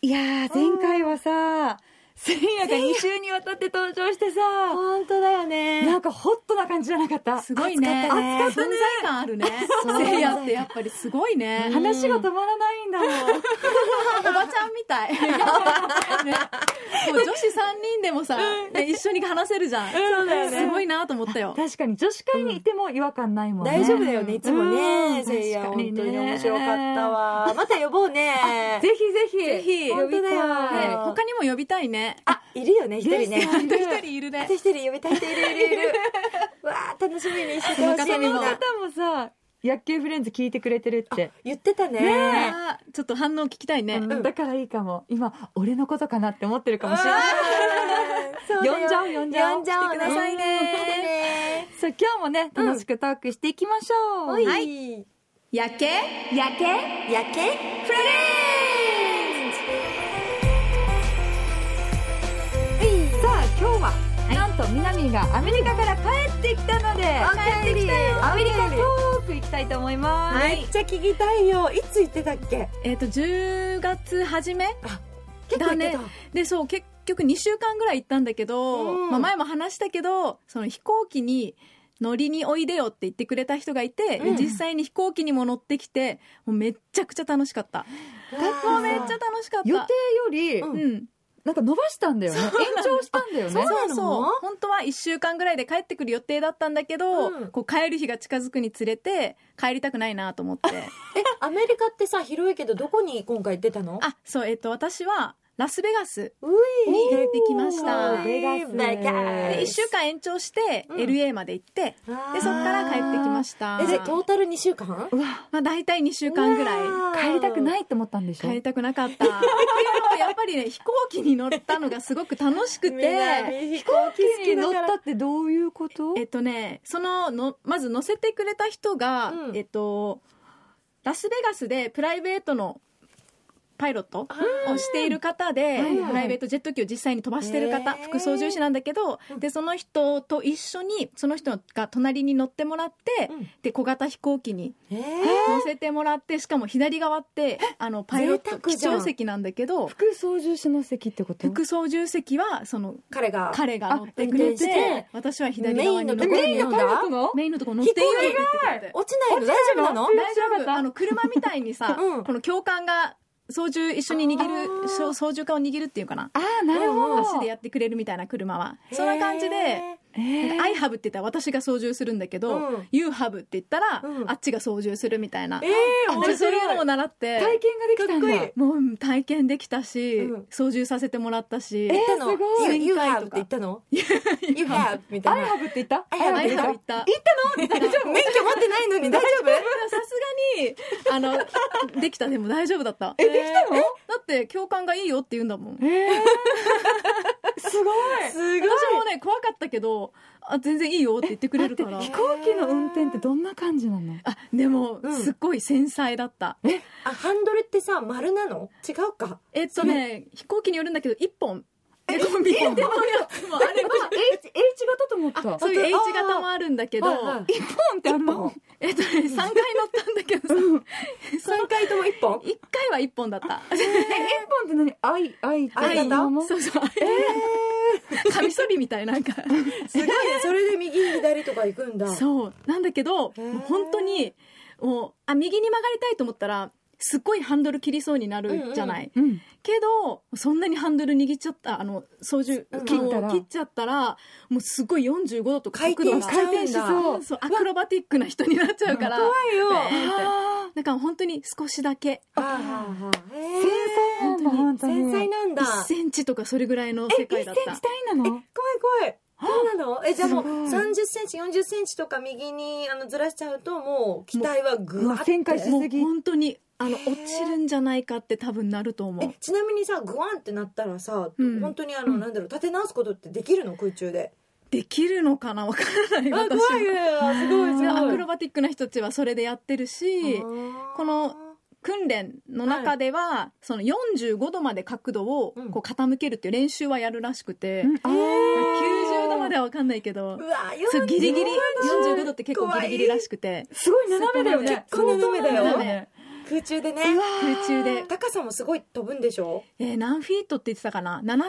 いやー前回はさ、せいやが2週にわたって登場してさ、 本当だよねなんかホットな感じじゃなかった。すごいね暑かった存在ね。感あるねそうせいやってやっぱりすごいね話が止まらないんだもん。おばちゃんみたい、ね、もう女子3人でもさ、ね、一緒に話せるじゃんうだよねすごいなと思ったよ確かに女子会にいても違和感ないもんね。大丈夫だよねいつもうねんせいや確本かにね当に面白かったわまた呼ぼうねぜひぜひ。ぜひ呼びたい本当だねよ他にも呼びたいねあいるよね一人ゲねスあと一人いるあねと一人呼びたい人いるいるいる わあ楽しみにしててほしいこの方にみんもなあなたもさ、野球フレンズ聞いてくれてるって。言ってたねあーちょっと反応聞きたいね、うんだからいいかも。今、俺のことかなって思ってるかもしれない。そうだよ呼んじゃおう呼んじゃおう呼んじゃおう来てくださいね来てねさあ今日もね、楽しくトークしていきましょう。おいやけやけやけフレさあ今ンズ日は、なんと南がアメリカから帰ってきたので帰ってきたよアメリカトーク行きたいと思います、めっちゃ聞きたいよいつ行ってたっけえっ、と10月初め結構行ってだでそう結局2週間ぐらい行ったんだけど、うんまあ、前も話したけどその飛行機に乗りにおいでよって言ってくれた人がいて、でうん実際に飛行機にも乗ってきてもうめっちゃくちゃ楽しかったたもうめっちゃ楽しかった予定より、うんうんなんか伸ばしたんだよね延長したんだよねそうなのそう本当は1週間ぐらいで帰ってくる予定だったんだけど、うんこう帰る日が近づくにつれて帰りたくないなと思って えアメリカってさ広いけどどこに今回行ってたのあそうえっ、と私はラスベガスうに行ってきましたおーベガスでナ1イス週間延長してうん LA まで行って、でそっから帰ってきましたえでトータル2週間うわまあ、大体2週間ぐらい帰りたくいないって思ったんでしょ帰りたくなかったっていうのもやっぱりね飛行機に乗ったのがすごく楽しくて飛行飛行機に乗ったってどういうことえっとねそののまず乗せてくれた人が、うんえっとラスベガスでプライベートのパイロットをしている方で、はいはいプライベートジェット機を実際に飛ばしてる方、へー副操縦士なんだけどでその人と一緒にその人が隣に乗ってもらって、うんで小型飛行機にえー乗せてもらってしかも左側ってあのパイロッ贅ト沢機じゃん長席なんだけど副操縦士の席ってこと副操縦席はその彼が彼が乗ってくれあ運転してて私は左側に乗ってメインのところに乗るんだパイロットのメインのとこ乗っていいよって言ってくれて落ちないの大丈夫なの落ちない大丈夫あの車みたいにさ うんこの教官が操縦一緒に握あーる操操縦桿を握るっていうかなああなるほど足でやってくれるみたいな車はそんな感じでえ「ー iHub」って言ったら私が操縦するんだけどうん「YouHub」って言ったらうんあっちが操縦するみたいなえあーそういうのを習って体験ができたんだかっこいいもう体験できたし、うん操縦させとかせてもらったし、言ったえーのすごい You you have って言ったの You have みたアいイなハブって言ったアイハブあってい言つたアイハはブ行った。免許持ってないのに大丈夫さすがに、あの、 できた、でも大丈夫だった。えできたのだって、教官がいいよって言うんだもん。私えーすごいすごいもね、怖かったけど、あ、全然いいよって言ってくれるから。飛行機の運転ってどんな感じなのあ、でもうん、すっごい繊細だった。あハンドルってさ丸なの違うかえっとね、飛行機によるんだけど、一本。でコンビニでもやつもあれば、 H, H 型と思ったそういう H 型もあるんだけど、一本ってあんのえっとね、3回乗ったんだけどさ、その3回とも1本1回は1本だった。え一本って何アイアイってアイ型あのそうそう。カミソリみたいななんか。すごいねそれで右左とか行くんだそう。なんだけど、へーもう本当に、もう、あ、右に曲がりたいと思ったら、すっごいハンドル切りそうになるじゃない。うんけど、そんなにハンドル握っちゃった、あの、操縦うん切桿ったらを切っちゃったら、もうすっごい45度とか回角転度しがちゃうんだ回転しそうそう、アクロバティックな人になっちゃうから。いよねえってあだから本当に少しだけ、ああー繊細なんだ本当に繊細なんだ1えセンチとかそれぐらいの世界だっ1センたチ。単位な怖のい怖いどうなのえじゃあもうすごい3 0センチ4 0センチとか右にあのずらしちゃうともう機体はうグワわッ旋回しもうすぎ本当に、あのへ、ー落ちるんじゃないかって多分なると思えう。ちなみにさグワンってなったらさ、うん本当にあのなんだろう立て直すことってできるの空中でできるのかなわからない、あ私怖。はいわすごいすごいアクロバティックな人たちはそれでやってるしこの訓練の中では、その45度まで角度をうんこう傾けるっていう練習はやるらしくて、うんあ90度までは分かんないけどう、わそうギリギリ45 45度って結構ギリギリらしくてすごい斜めだよね結構斜めだよそう斜め空中でね空中で、高さもすごい飛ぶんでしょえー何フィートって言ってたかな7000フィー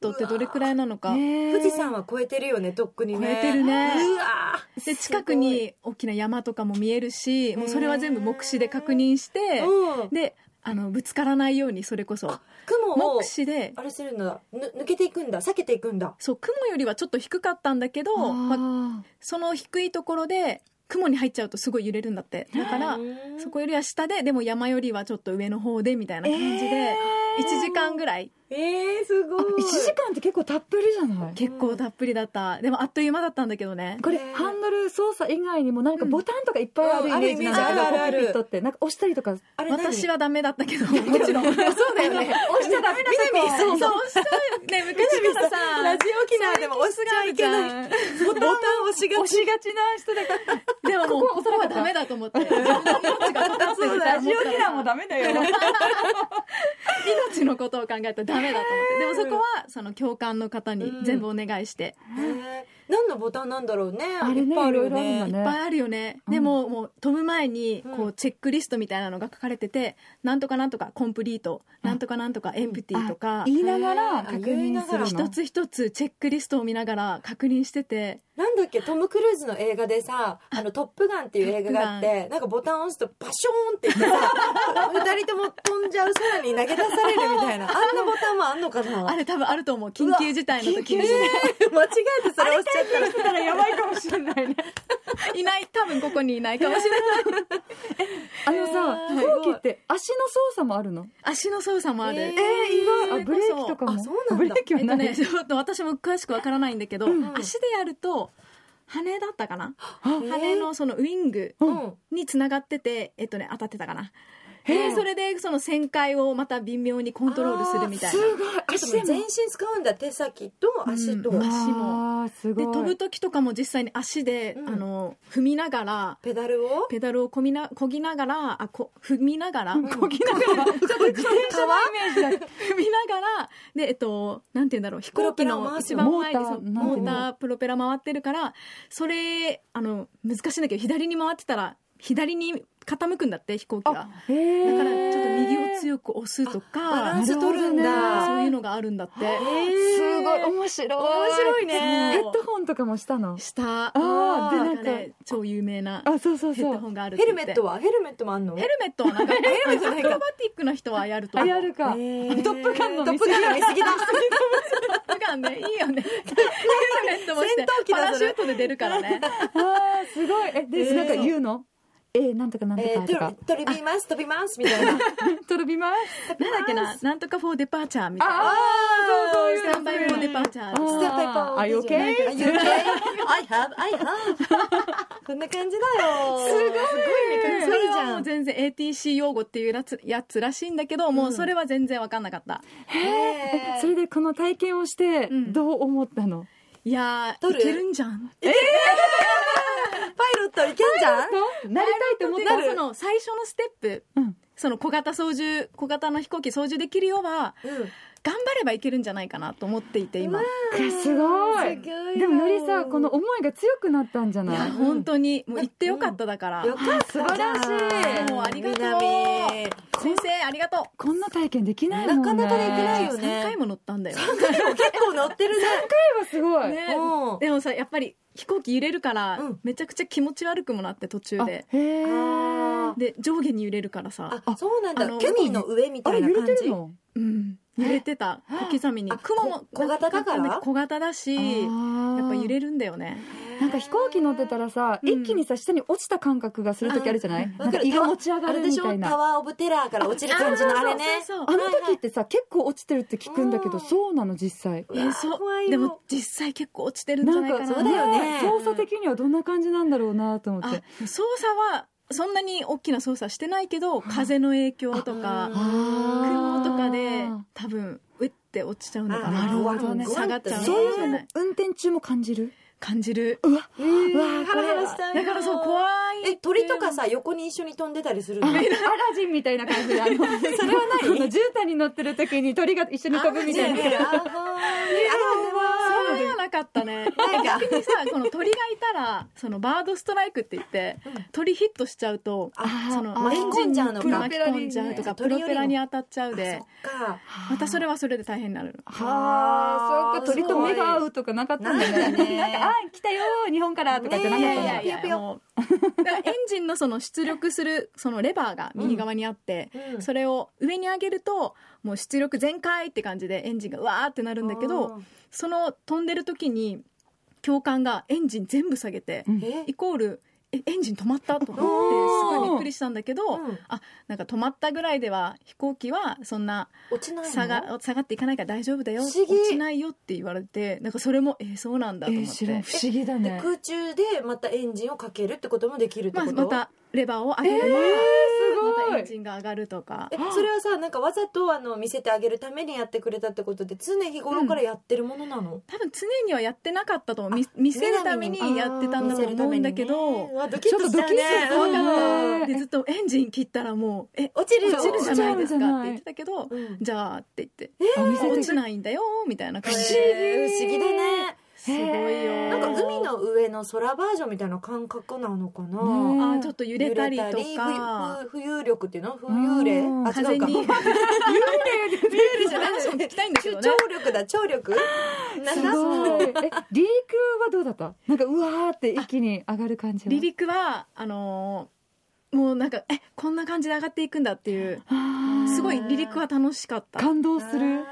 トってどれくらいなのか、富富士山は超えてるよねとっくにね超えてるねうわで近くに大きな山とかも見えるしもうそれは全部目視で確認してー、うん、であのぶつからないようにそれこそ雲を目視であれするんだぬ抜けていくんだ避けていくんだそう雲よりはちょっと低かったんだけど、まあ、その低いところで雲に入っちゃうとすごい揺れるんだってだからうんそこよりは下ででも山よりはちょっと上の方でみたいな感じえで1時間ぐらいえー、すご1い時間って結構たっぷりじゃない結構たっぷりだったでもあっという間だったんだけどねこれねハンドル操作以外にも何かボタンとかいっぱいあるイメージなんだけうんどあるイメージあるあるコックピットってなんか押したりとかあれ何私はダメだった けどもちろんそうそうだよね押しちゃダメなとそこうしたよね昔からさラジオ沖縄でも押しちゃいけないいボタン押しが押ちしがちな人だからでももうここは ここはダメだと思って自分の命がかかってるラジオ機能もダメだよ命のことを考えたらダメだと思ってでもそこはその教官の方に全部お願いしてね何のボタンなんだろうねあれいっねぱいあいるろいろあるよんだねいっぱねいあるよね、うんでももう飛ぶ前にこううチェックリストみたいなのが書かれてて、なんとかなんとかコンプリートなんとかなんとかエンプティーとか言いながら確認するの一つ一つチェックリストを見ながら確認しててなんだっけトム・クルーズの映画でさ「あのトップガン」っていう映画があってなんかボタンを押すとバショーンって言ってさ 二人とも飛んじゃう空に投げ出されるみたいなあんなボタンもあんのかなあれ多分あると思う緊急事態の時にねえ間違えてそれ押しちゃったらだからやばいかもしれないねいない多分ここにいないかもしれない あのさえー飛行機って足の操作もあるの足の操作もある、えーあブレーキとかもあそうなんだブレーキえはっとないね、ちょっと私も詳しくわからないんだけど、うん足でやると羽だったかな、あ羽のそのウィングうんにつながってて、えっとね、当たってたかな、へえでそれでその旋回をまた微妙にコントロールするみたいすなごいちょっ足ともでう全も身使うんだ手先と足と、うんあ足もあーすごでい飛ぶ時とかも実際に足で、うんあの踏みながらペダルをペダルをこみなこぎながらあこ踏みながら、こぎながら川イメージだけど踏みながらでえっとなんて言うんだろう飛行機プロペラの回す一番前にモーターそうなんていモうーのタープロペラ回ってるからそれあの難しいんだけど左に回ってたら左に傾くんだって飛行機がへだーからちょっと右を強く押すとバラかンス取るんだそういうのがあるんだってえすごい面面白い白い面ヘねッドホンとかもしたの下あーーでななんんかかね超有名なあそうそうヘッそドホうンがあるってヘル言っメてットはヘルメットもあんのヘルメットはなんかアクヘルメットないロかバティックな人はやるとあ思うやるかトトップガンのトップガンの見過ぎだトップガンねいいよねヘルメットもして戦闘機パだラそシれュートで出るからねあーすごいええでーなんか言うのえーなんとかなんとえかとかー、と飛びます飛びますみたいなとろびますなんだっけな、なんとかフォーデパーチャーみたいな。ああーそうそういうスタンバイフォーデパーチャあー。ー Are you okay? Are you okay? I have, I have. そんな感じだよ。すごいね。そすごいれじはゃ。もうん全然 ATC 用語っていうやつやつらしいんだけど、もうそれは全然分かんなかった。へーそれでこの体験をしてんどう思ったのいやー、取いるけるんじゃん。えパイロットいけんじゃんなりたいと思っだたからその最初のステップ、うんその小型操縦、小型の飛行機操縦できるようは、頑張ればいけるんじゃないかなと思っていて、今。いいやすごいすごいよでものりさこの思いが強くなったんじゃないや、本当に、もう行ってよかっただから。よかった。素晴らしいもうありがとう南先生、ありがとう。こんな体験できないもんねなかなかできないよね3回も乗ったんだよ。でも結構乗ってるね。すごい、ねうんでもさやっぱり飛行機揺れるから、うんめちゃくちゃ気持ち悪くもなって途中あでへえあで上下に揺れるからさ、あ、そうなんあだ。の海の上みあたれいな揺れ感てじる。のうん、揺れてた小刻みにあ雲もこ小型だからなん小型だしやっぱ揺るれるんだよねなんか飛行機乗ってたらさ、うん一気にさ下に落ちた感覚がする時あるじゃない、うんなんか胃が持ち上がるみたいあれでしょタなワーオブテラーから落ちる感じのあれね。そうあそうの時ってさ結構落ちてるって聞くんだけど、うんそうなの実際そうえそう怖いよでも実際結構落ちてるんじゃないかなかそうだよね操作的にはどんな感じなんだろうなと思ってあ操作はそんなに大きな操作してないけど風の影響とかあ雲とかであ多分うって落ちちゃうのかあななるほどね下がっちゃうーのそういかもうのしれなもい運転中も感じる感じるうわううわハラハラしこたいよだからそう怖いえ鳥とかさ横に一緒に飛んでたりするのアラジンみたいな感じであのそれはないあの絨毯に乗ってる時に鳥が一緒に飛ぶみたいなねえねえあーねそえあーうそれはなかったねなんか逆にさこの鳥がいたらそのバードストライクって言ってうん鳥ヒットしちゃうとあそのあ巻き込んじゃうのプロかペラにじゃうとかプロペラに当たっちゃうあそでっかまたそれはそれで大変になるのはあ、そっか、鳥と目が合うとかなかったんだなよんかねね。なんか、あ、来たよ、日本からとかってなかっいたやんいだやいやぷよぷよもうだからエンジンのその出力するそのレバーが右側にあって、うんそれを上に上げるともう出力全開って感じでエンジンがうわーってなるんだけどその飛んでる時に教官がエンジン全部下げて、うんえイコールえエンジン止まったと思ってすおーごいびっくりしたんだけど、うんあなんか止まったぐらいでは飛行機はそんな落ちないの下が下がっていかないから大丈夫だよ不落思議ちないよって言われてなんかそれもえーそうなんだと思っえーて、知らん不思議だね。空中でまたエンジンをかけるってこともできるってまあ、ことまたレバーを上げれば、すごいまたエンジンが上がるとかえそれはさなんかわざとあの見せてあげるためにやってくれたってことで常日頃からやってるものなの、多分常にはやってなかったと思う見見せるためにやってたんだ見とせるた思うめにんだけど、ねうわドキッとしたちょっとドキッとしねたうんねでずっとエンジン切ったらもう「え落ちるよ落ちるじゃないで落ちちすゃうじゃか」ないって言ってたけどうん「じゃあ」って言ってあ見「落せちてないんだよ」みたいな感じ不で思議不思議だねすごいよなんか海の上の空バージョンみたいな感覚なのかな、ねあーちょっと揺れたりと揺れかたり浮浮浮遊力っていうの浮遊霊うんあ違風うにか幽霊じゃ ない話も聞きたいんだけ超どね力だ超 力なんすだごい。え、離陸はどうだったなんか、うわーって一気に上がる感じは離陸はあのーもうなんかえこんな感じで上がっていくんだっていうあーすごい離陸は楽しかった感動する。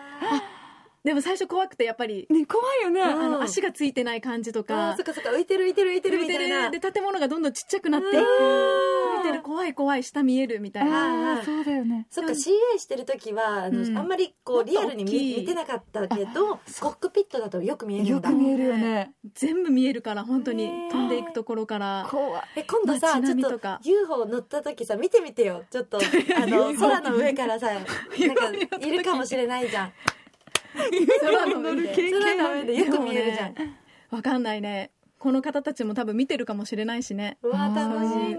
でも最初怖くてやっぱり、ね、怖いようあね。んの足がついてない感じとあーかそっかそっか浮いてる浮いてる浮いてるみたいなで建物がどんどんちっちゃくなっていくうん見てる怖い怖い下見えるみたいなああ、そうだよね。そっかうん CA してる時はあの、うんあんまりこうリアルにもっと大き見い見てなかったけどコックピットだとよく見えるよんだく見えるよね。全部見えるから本当にねえ飛んでいくところから怖い。え今度さ街ちょ並みっととか UFO 乗った時さ見てみてよちょっ とあの空の上からさなんかいるかもしれないじゃん空の上で空の上でよく見えるじゃん、でもねわかんないねこの方たちも多分見てるかもしれないしねうわ楽しいね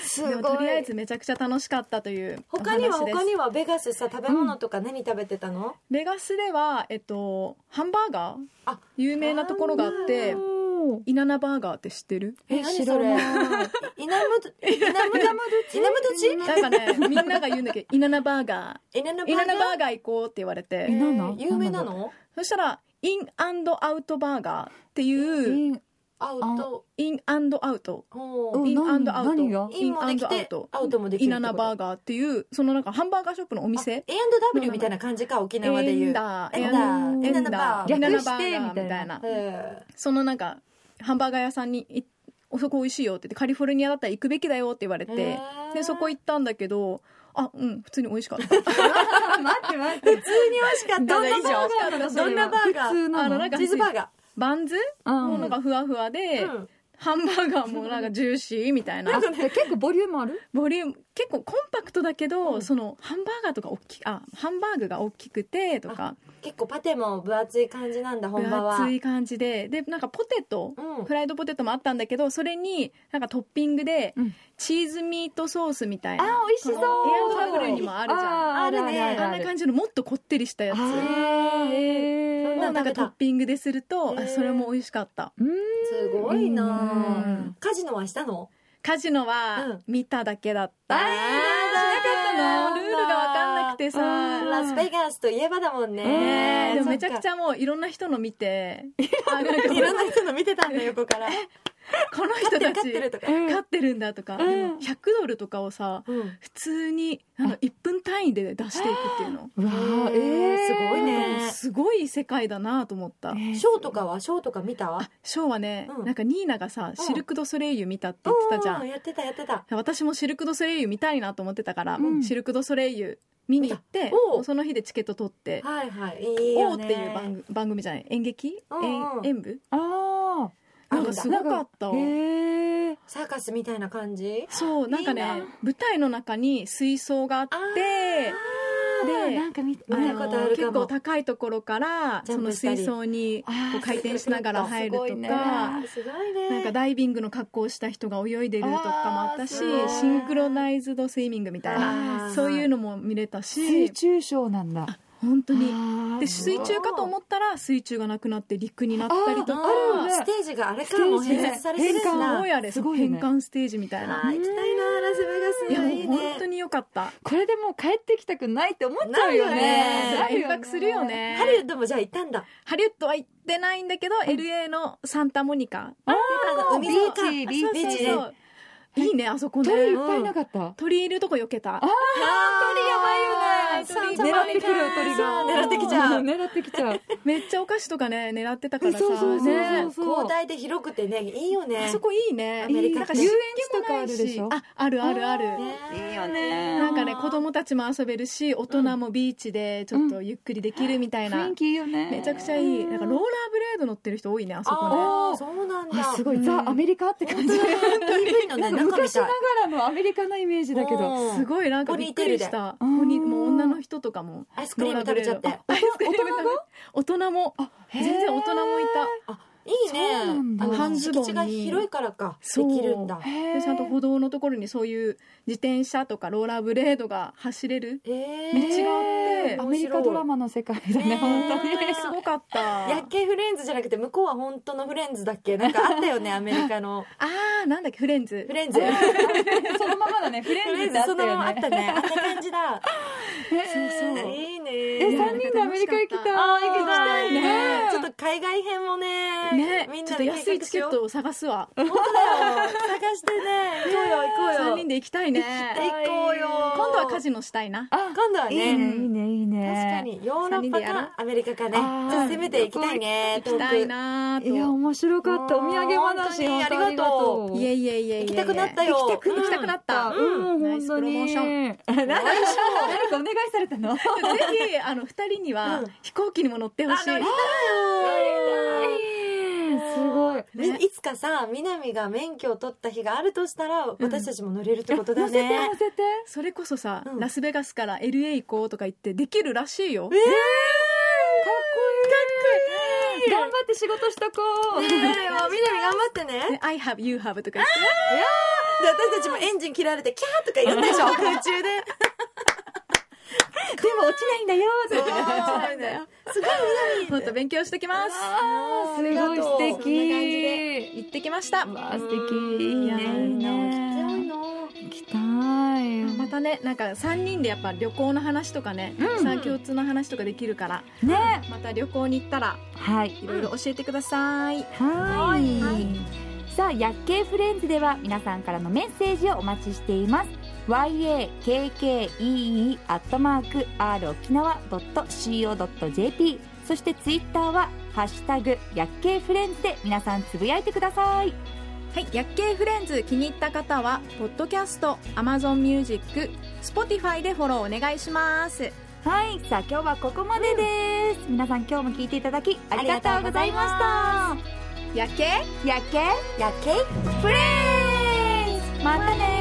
すでもとりあえずめちゃくちゃ楽しかったというお他話にではす他にはベガスさ食べ物とか何食べてたの、ベガスでは、えっと、ハンバーガーあ有名なところがあっておーイナナバーガーって知ってるえ、何知そられない。 イナムドイナムドイナムドチ なんかねみんなが言うんだけどイナナバーガ イナナーイナナバーガガー行こうって言われて、えなんなん有名なのそしたらインアウトバーガーっていうインアウトインアウトおうーんインアウ何ト何がインもできてアウトもできるイってことナナバーガーっていうそのなんかハンバーガーショップのお店 A&W みたいな感じか沖縄で言うダエエンダンダーーエンエンダーダバーーイナナバ略してーガみーたいなみたいなえそのなんかハンバーガー屋さんにい「そこ美味しいよ」って言って「カリフォルニアだったら行くべきだよ」って言われへてーでそこ行ったんだけどあうん普通に美味しかった待って待って。 普通に美味しかったどんなバーガーなのどんなバーガー普通なあののなんーかチーズバーガバンズものがふわふわで、ーうんハンバーガーもなんかジューシーみたいなあじゃあ結構ボリュームあるボリューム結構コンパクトだけど、そのハンバーガーとか大きいあハンバーグが大きくてとか結構パテも分厚い感じなんだ本場は分厚い感じででなんかポテト、うんフライドポテトもあったんだけどそれになんかトッピングで、うんチーズミートソースみたいな美味しそうこのエアトラブルにもあるじゃんああーあるねあんな感じのもっとこってりしたやつあをーへそんーなんかトッピングでするとへーあそれも美味しかったうーんすごいなうーんカジノはしたのカジノは見ただけだった、あー知らなかったなルールが分かんなくてさラスベガスといえばだもんねねえでもめちゃくちゃゃもういろんな人の見てあなんかいろんな人の見てたんだ横 からこの勝人ってるた勝ちってるとか勝ってるんだとうか、ん100ドルとかをさうん普通にあの1分単位で出していくっていうのうわーえーすごいねすごい世界だなと思った、えショーとかはショーとか見たあショーはね、うんなんかニーナがさ「シルク・ドゥ・ソレイユ」見たって言ってたじゃうんんやってたやってた私もシルク・ドゥ・ソレイユ見たいなと思ってたから、うんシルク・ドゥ・ソレイユ見に行って見たおうもうその日でチケット取ってはいはい「いいおよう」ねっていう番組番組じゃない演劇、うんうん演演舞ああなんかすごかったーへーサーカスみたいな感じそうなんかねいいな舞台の中に水槽があってででなんか見あ見たのことあるかも結構高いところからジャそンプのしたり水槽にこあーう回転しながら入るとすごいねかあ。すごいねなんかダイビングの格好をした人が泳いでるとかもあったしあーすごいシンクロナイズドスイミングみたいなあーそういうのも見れた水し中ショーなんだ本当ににで水中かと思ったら水中がなくなって陸になったりとあかるよねステージがあれからも変換されてるんすーだごいあれすすごごいいよね変換ステージみたいあなー行きたいなラスベガスいやもういい本当ねに良かったこれでもう帰ってきたくないって思っちゃうよねななる遠泊するよねハリウッドもじゃあ行ったんだハリウッドは行ってないんだけど LA のサンタモニカあビ海ーのチビーそうそうチそねういいねあそこね鳥いっぱいなかった鳥いるとこ避けたあ鳥やばいよね狙ってくる鳥が狙ってきちゃう狙ってきちゃうめっちゃお菓子とかね狙ってたかそうらさそうそうねそうそう交代で広くてねいいよねあそこいいねアメリカなんか遊園湿地と気もかなあいるでしょああるあるあるいいよねねなんかね子供たちも遊べるし大人もビーチでちょっとゆっくりできるみたいな、雰囲気いいよねめちゃくちゃいいなんかローラーブレード乗ってる人多いねあそこねあーそうなんだあ すごういんザ・アメリカって感じ PV のねなんか中み昔たないがらのアメリカのイメージだけどうんすごいなんかびっくりしたポニーテールでポニーもう女の人とかもアイスクリーム食べちゃってローラーブレードあアイスクリーム食べ大人も全然大人もいたいいねそうなんだあの半ズボンに敷地が広いからかそでうきるんだへーでちゃんと歩道のところにそういう自転車とかローラーブレードが走れるえ道ーがあってアメリカドラマの世界だねね本当にえすごかった夜景フレンズじゃなくて向こうは本当のフレンズだっけなんかあったよ ねアメリカのあーなんだっけフレンズフレンズフそのままだねフレレンズンだズっそたのままあよったねねあんな感じだそうそういいねえいや三人でアメリカ行きたいあー行きたいねねちちょっょっとと海外編もねねみんちなょっとで安計い画チしケよッうトを探すわ本当だよ探してね行こうよ行こうよ3人で行きたいね行こうよ今度はカジノしたいなあ今度はいいねいねいねいい確かねにヨーロッパ三人でやろうかアメリカかねあちーょっと攻めていきたいね行きたいなーいやと面白かったお土産話本当に本当あいえいえいえいえ行きたくなったよ行きたく行きたくなった、うんうんナ本イス当プロモーにション 何でしょう何かお願いされた のぜひあの二人にはうん飛行機にも乗ってほしい、あ乗りすごいみねいつかさ南が免許を取った日があるとしたら私たちも乗れるってことだ乗せてね乗、せてそれこそさ、うんラスベガスから LA 行こうとか言ってできるらしいよ、えかっこいい頑張って仕事しとこう、ー、ねえもうみなみ頑張っ てねね I have you have とか言ってで私たちもエンジン切られてキャーとか言った でしょ空中ででも落ちないんだよそうってなんだよすごいもっと勉強してきますあーすあごりいがと素う敵そんな感じで行ってきましたわあ素敵いいねいやいい南ね行き行きたいまたねなんか3人でやっぱ旅行の話とかね、うんさあ共通の話とかできるからねまた旅行に行ったらはいいろいろ教えてください、ははいい、はいさあ「薬系フレンズ」では皆さんからのメッセージをお待ちしています yakkee.rokinawa.co.jp そしてツイッターは「ハッシュタグ薬系フレンズ」で皆さんつぶやいてくださいはい、薬系フレンズ気に入った方はポッドキャスト Amazon ミュージック Spotify でフォローお願いしますはいさあ今日はここまでです、皆さん今日も聞いていただきありがとうございました薬系薬系やっけフレンズまたね